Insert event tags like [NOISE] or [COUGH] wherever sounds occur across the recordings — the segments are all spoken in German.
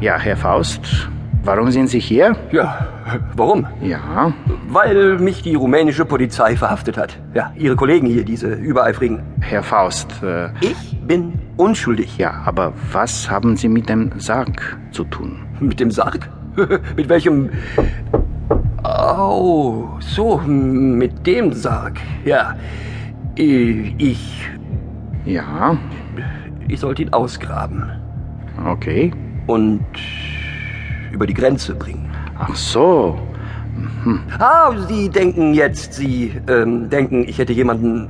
Ja, Herr Faust, warum sind Sie hier? Ja, warum? Ja, Weil mich die rumänische Polizei verhaftet hat. Ja, ihre Kollegen hier, diese Übereifrigen. Herr Faust, äh, Ich bin unschuldig. ja, aber was haben Sie mit dem Sarg zu tun? Mit dem Sarg? [LAUGHS] mit welchem... Au, so, mit dem Sarg. Ja, ich... Ja, Ich sollte ihn ausgraben. okay. und über die Grenze bringen. Ach so, Ah, Sie denken jetzt, Sie ähm, denken, ich hätte jemanden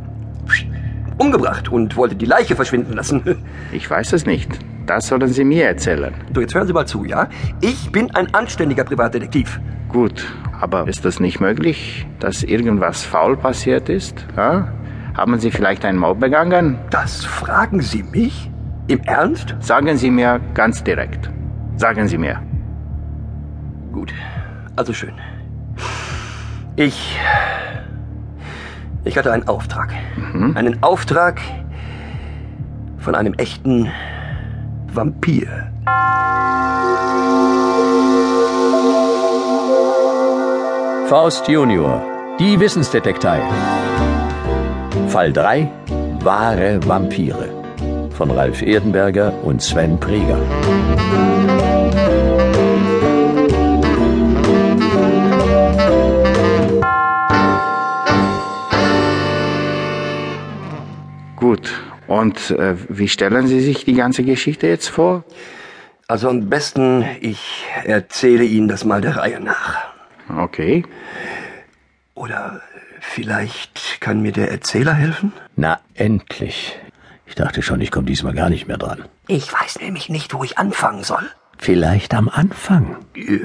umgebracht und wollte die Leiche verschwinden lassen. [LAUGHS] ich weiß es nicht. Das sollen Sie mir erzählen. So, jetzt hören Sie mal zu, ja? Ich bin ein anständiger Privatdetektiv. Gut, aber ist das nicht möglich, dass irgendwas faul passiert ist? Ja? Haben Sie vielleicht einen Mord begangen? Das fragen Sie mich? Im Ernst? Sagen Sie mir ganz direkt. Sagen Sie mir. Gut, also schön. Ich. Ich hatte einen Auftrag. Einen Auftrag von einem echten Vampir. Faust Junior, die Wissensdetektei. Fall 3: Wahre Vampire. Von Ralf Erdenberger und Sven Preger. Gut, und äh, wie stellen Sie sich die ganze Geschichte jetzt vor? Also am besten, ich erzähle Ihnen das mal der Reihe nach. Okay. Oder vielleicht kann mir der Erzähler helfen? Na, endlich. Ich dachte schon, ich komme diesmal gar nicht mehr dran. Ich weiß nämlich nicht, wo ich anfangen soll. Vielleicht am Anfang. Äh,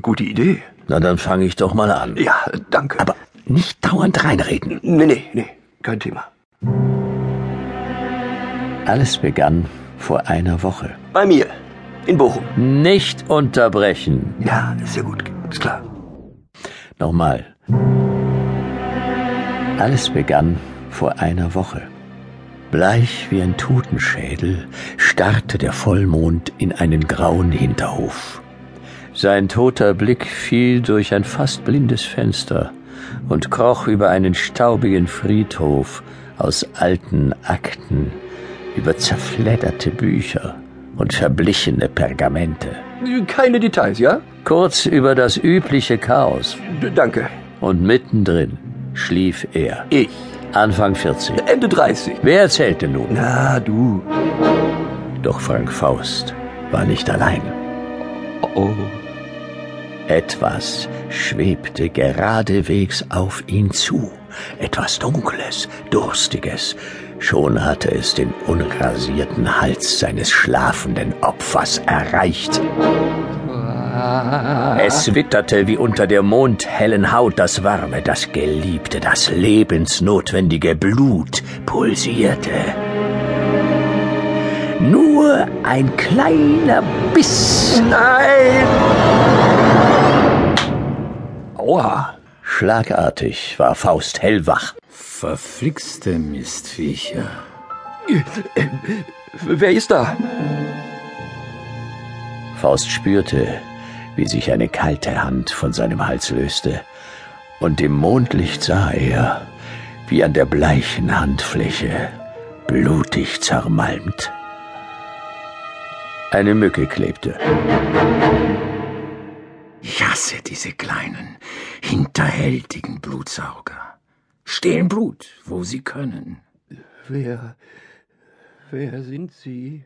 gute Idee. Na, dann fange ich doch mal an. Ja, danke. Aber nicht dauernd reinreden. Nee, nee, nee, kein Thema. Alles begann vor einer Woche. Bei mir, in Bochum. Nicht unterbrechen. Ja, ist ja gut, ist klar. Nochmal. Alles begann vor einer Woche. Bleich wie ein Totenschädel starrte der Vollmond in einen grauen Hinterhof. Sein toter Blick fiel durch ein fast blindes Fenster und kroch über einen staubigen Friedhof aus alten Akten, über zerfledderte Bücher und verblichene Pergamente. Keine Details, ja? Kurz über das übliche Chaos D danke. und mittendrin schlief er. Ich, Anfang 40. Ende 30. Wer erzählte nun? Na, du. Doch Frank Faust war nicht allein. Oh, Etwas schwebte geradewegs auf ihn zu. Etwas Dunkles, Durstiges. Schon hatte es den unrasierten Hals seines schlafenden Opfers erreicht. Es witterte wie unter der mondhellen Haut das warme, das geliebte, das lebensnotwendige Blut pulsierte. Nur ein kleiner Biss. nein! Aua. Schlagartig war Faust hellwach. Verflixte Mistviecher. Wer ist da? Faust spürte, wie sich eine kalte Hand von seinem Hals löste, und im Mondlicht sah er, wie an der bleichen Handfläche, blutig zermalmt, eine Mücke klebte. Ich hasse diese kleinen, hinterhältigen Blutsauger. Stehlen Blut, wo sie können. Wer. Wer sind Sie?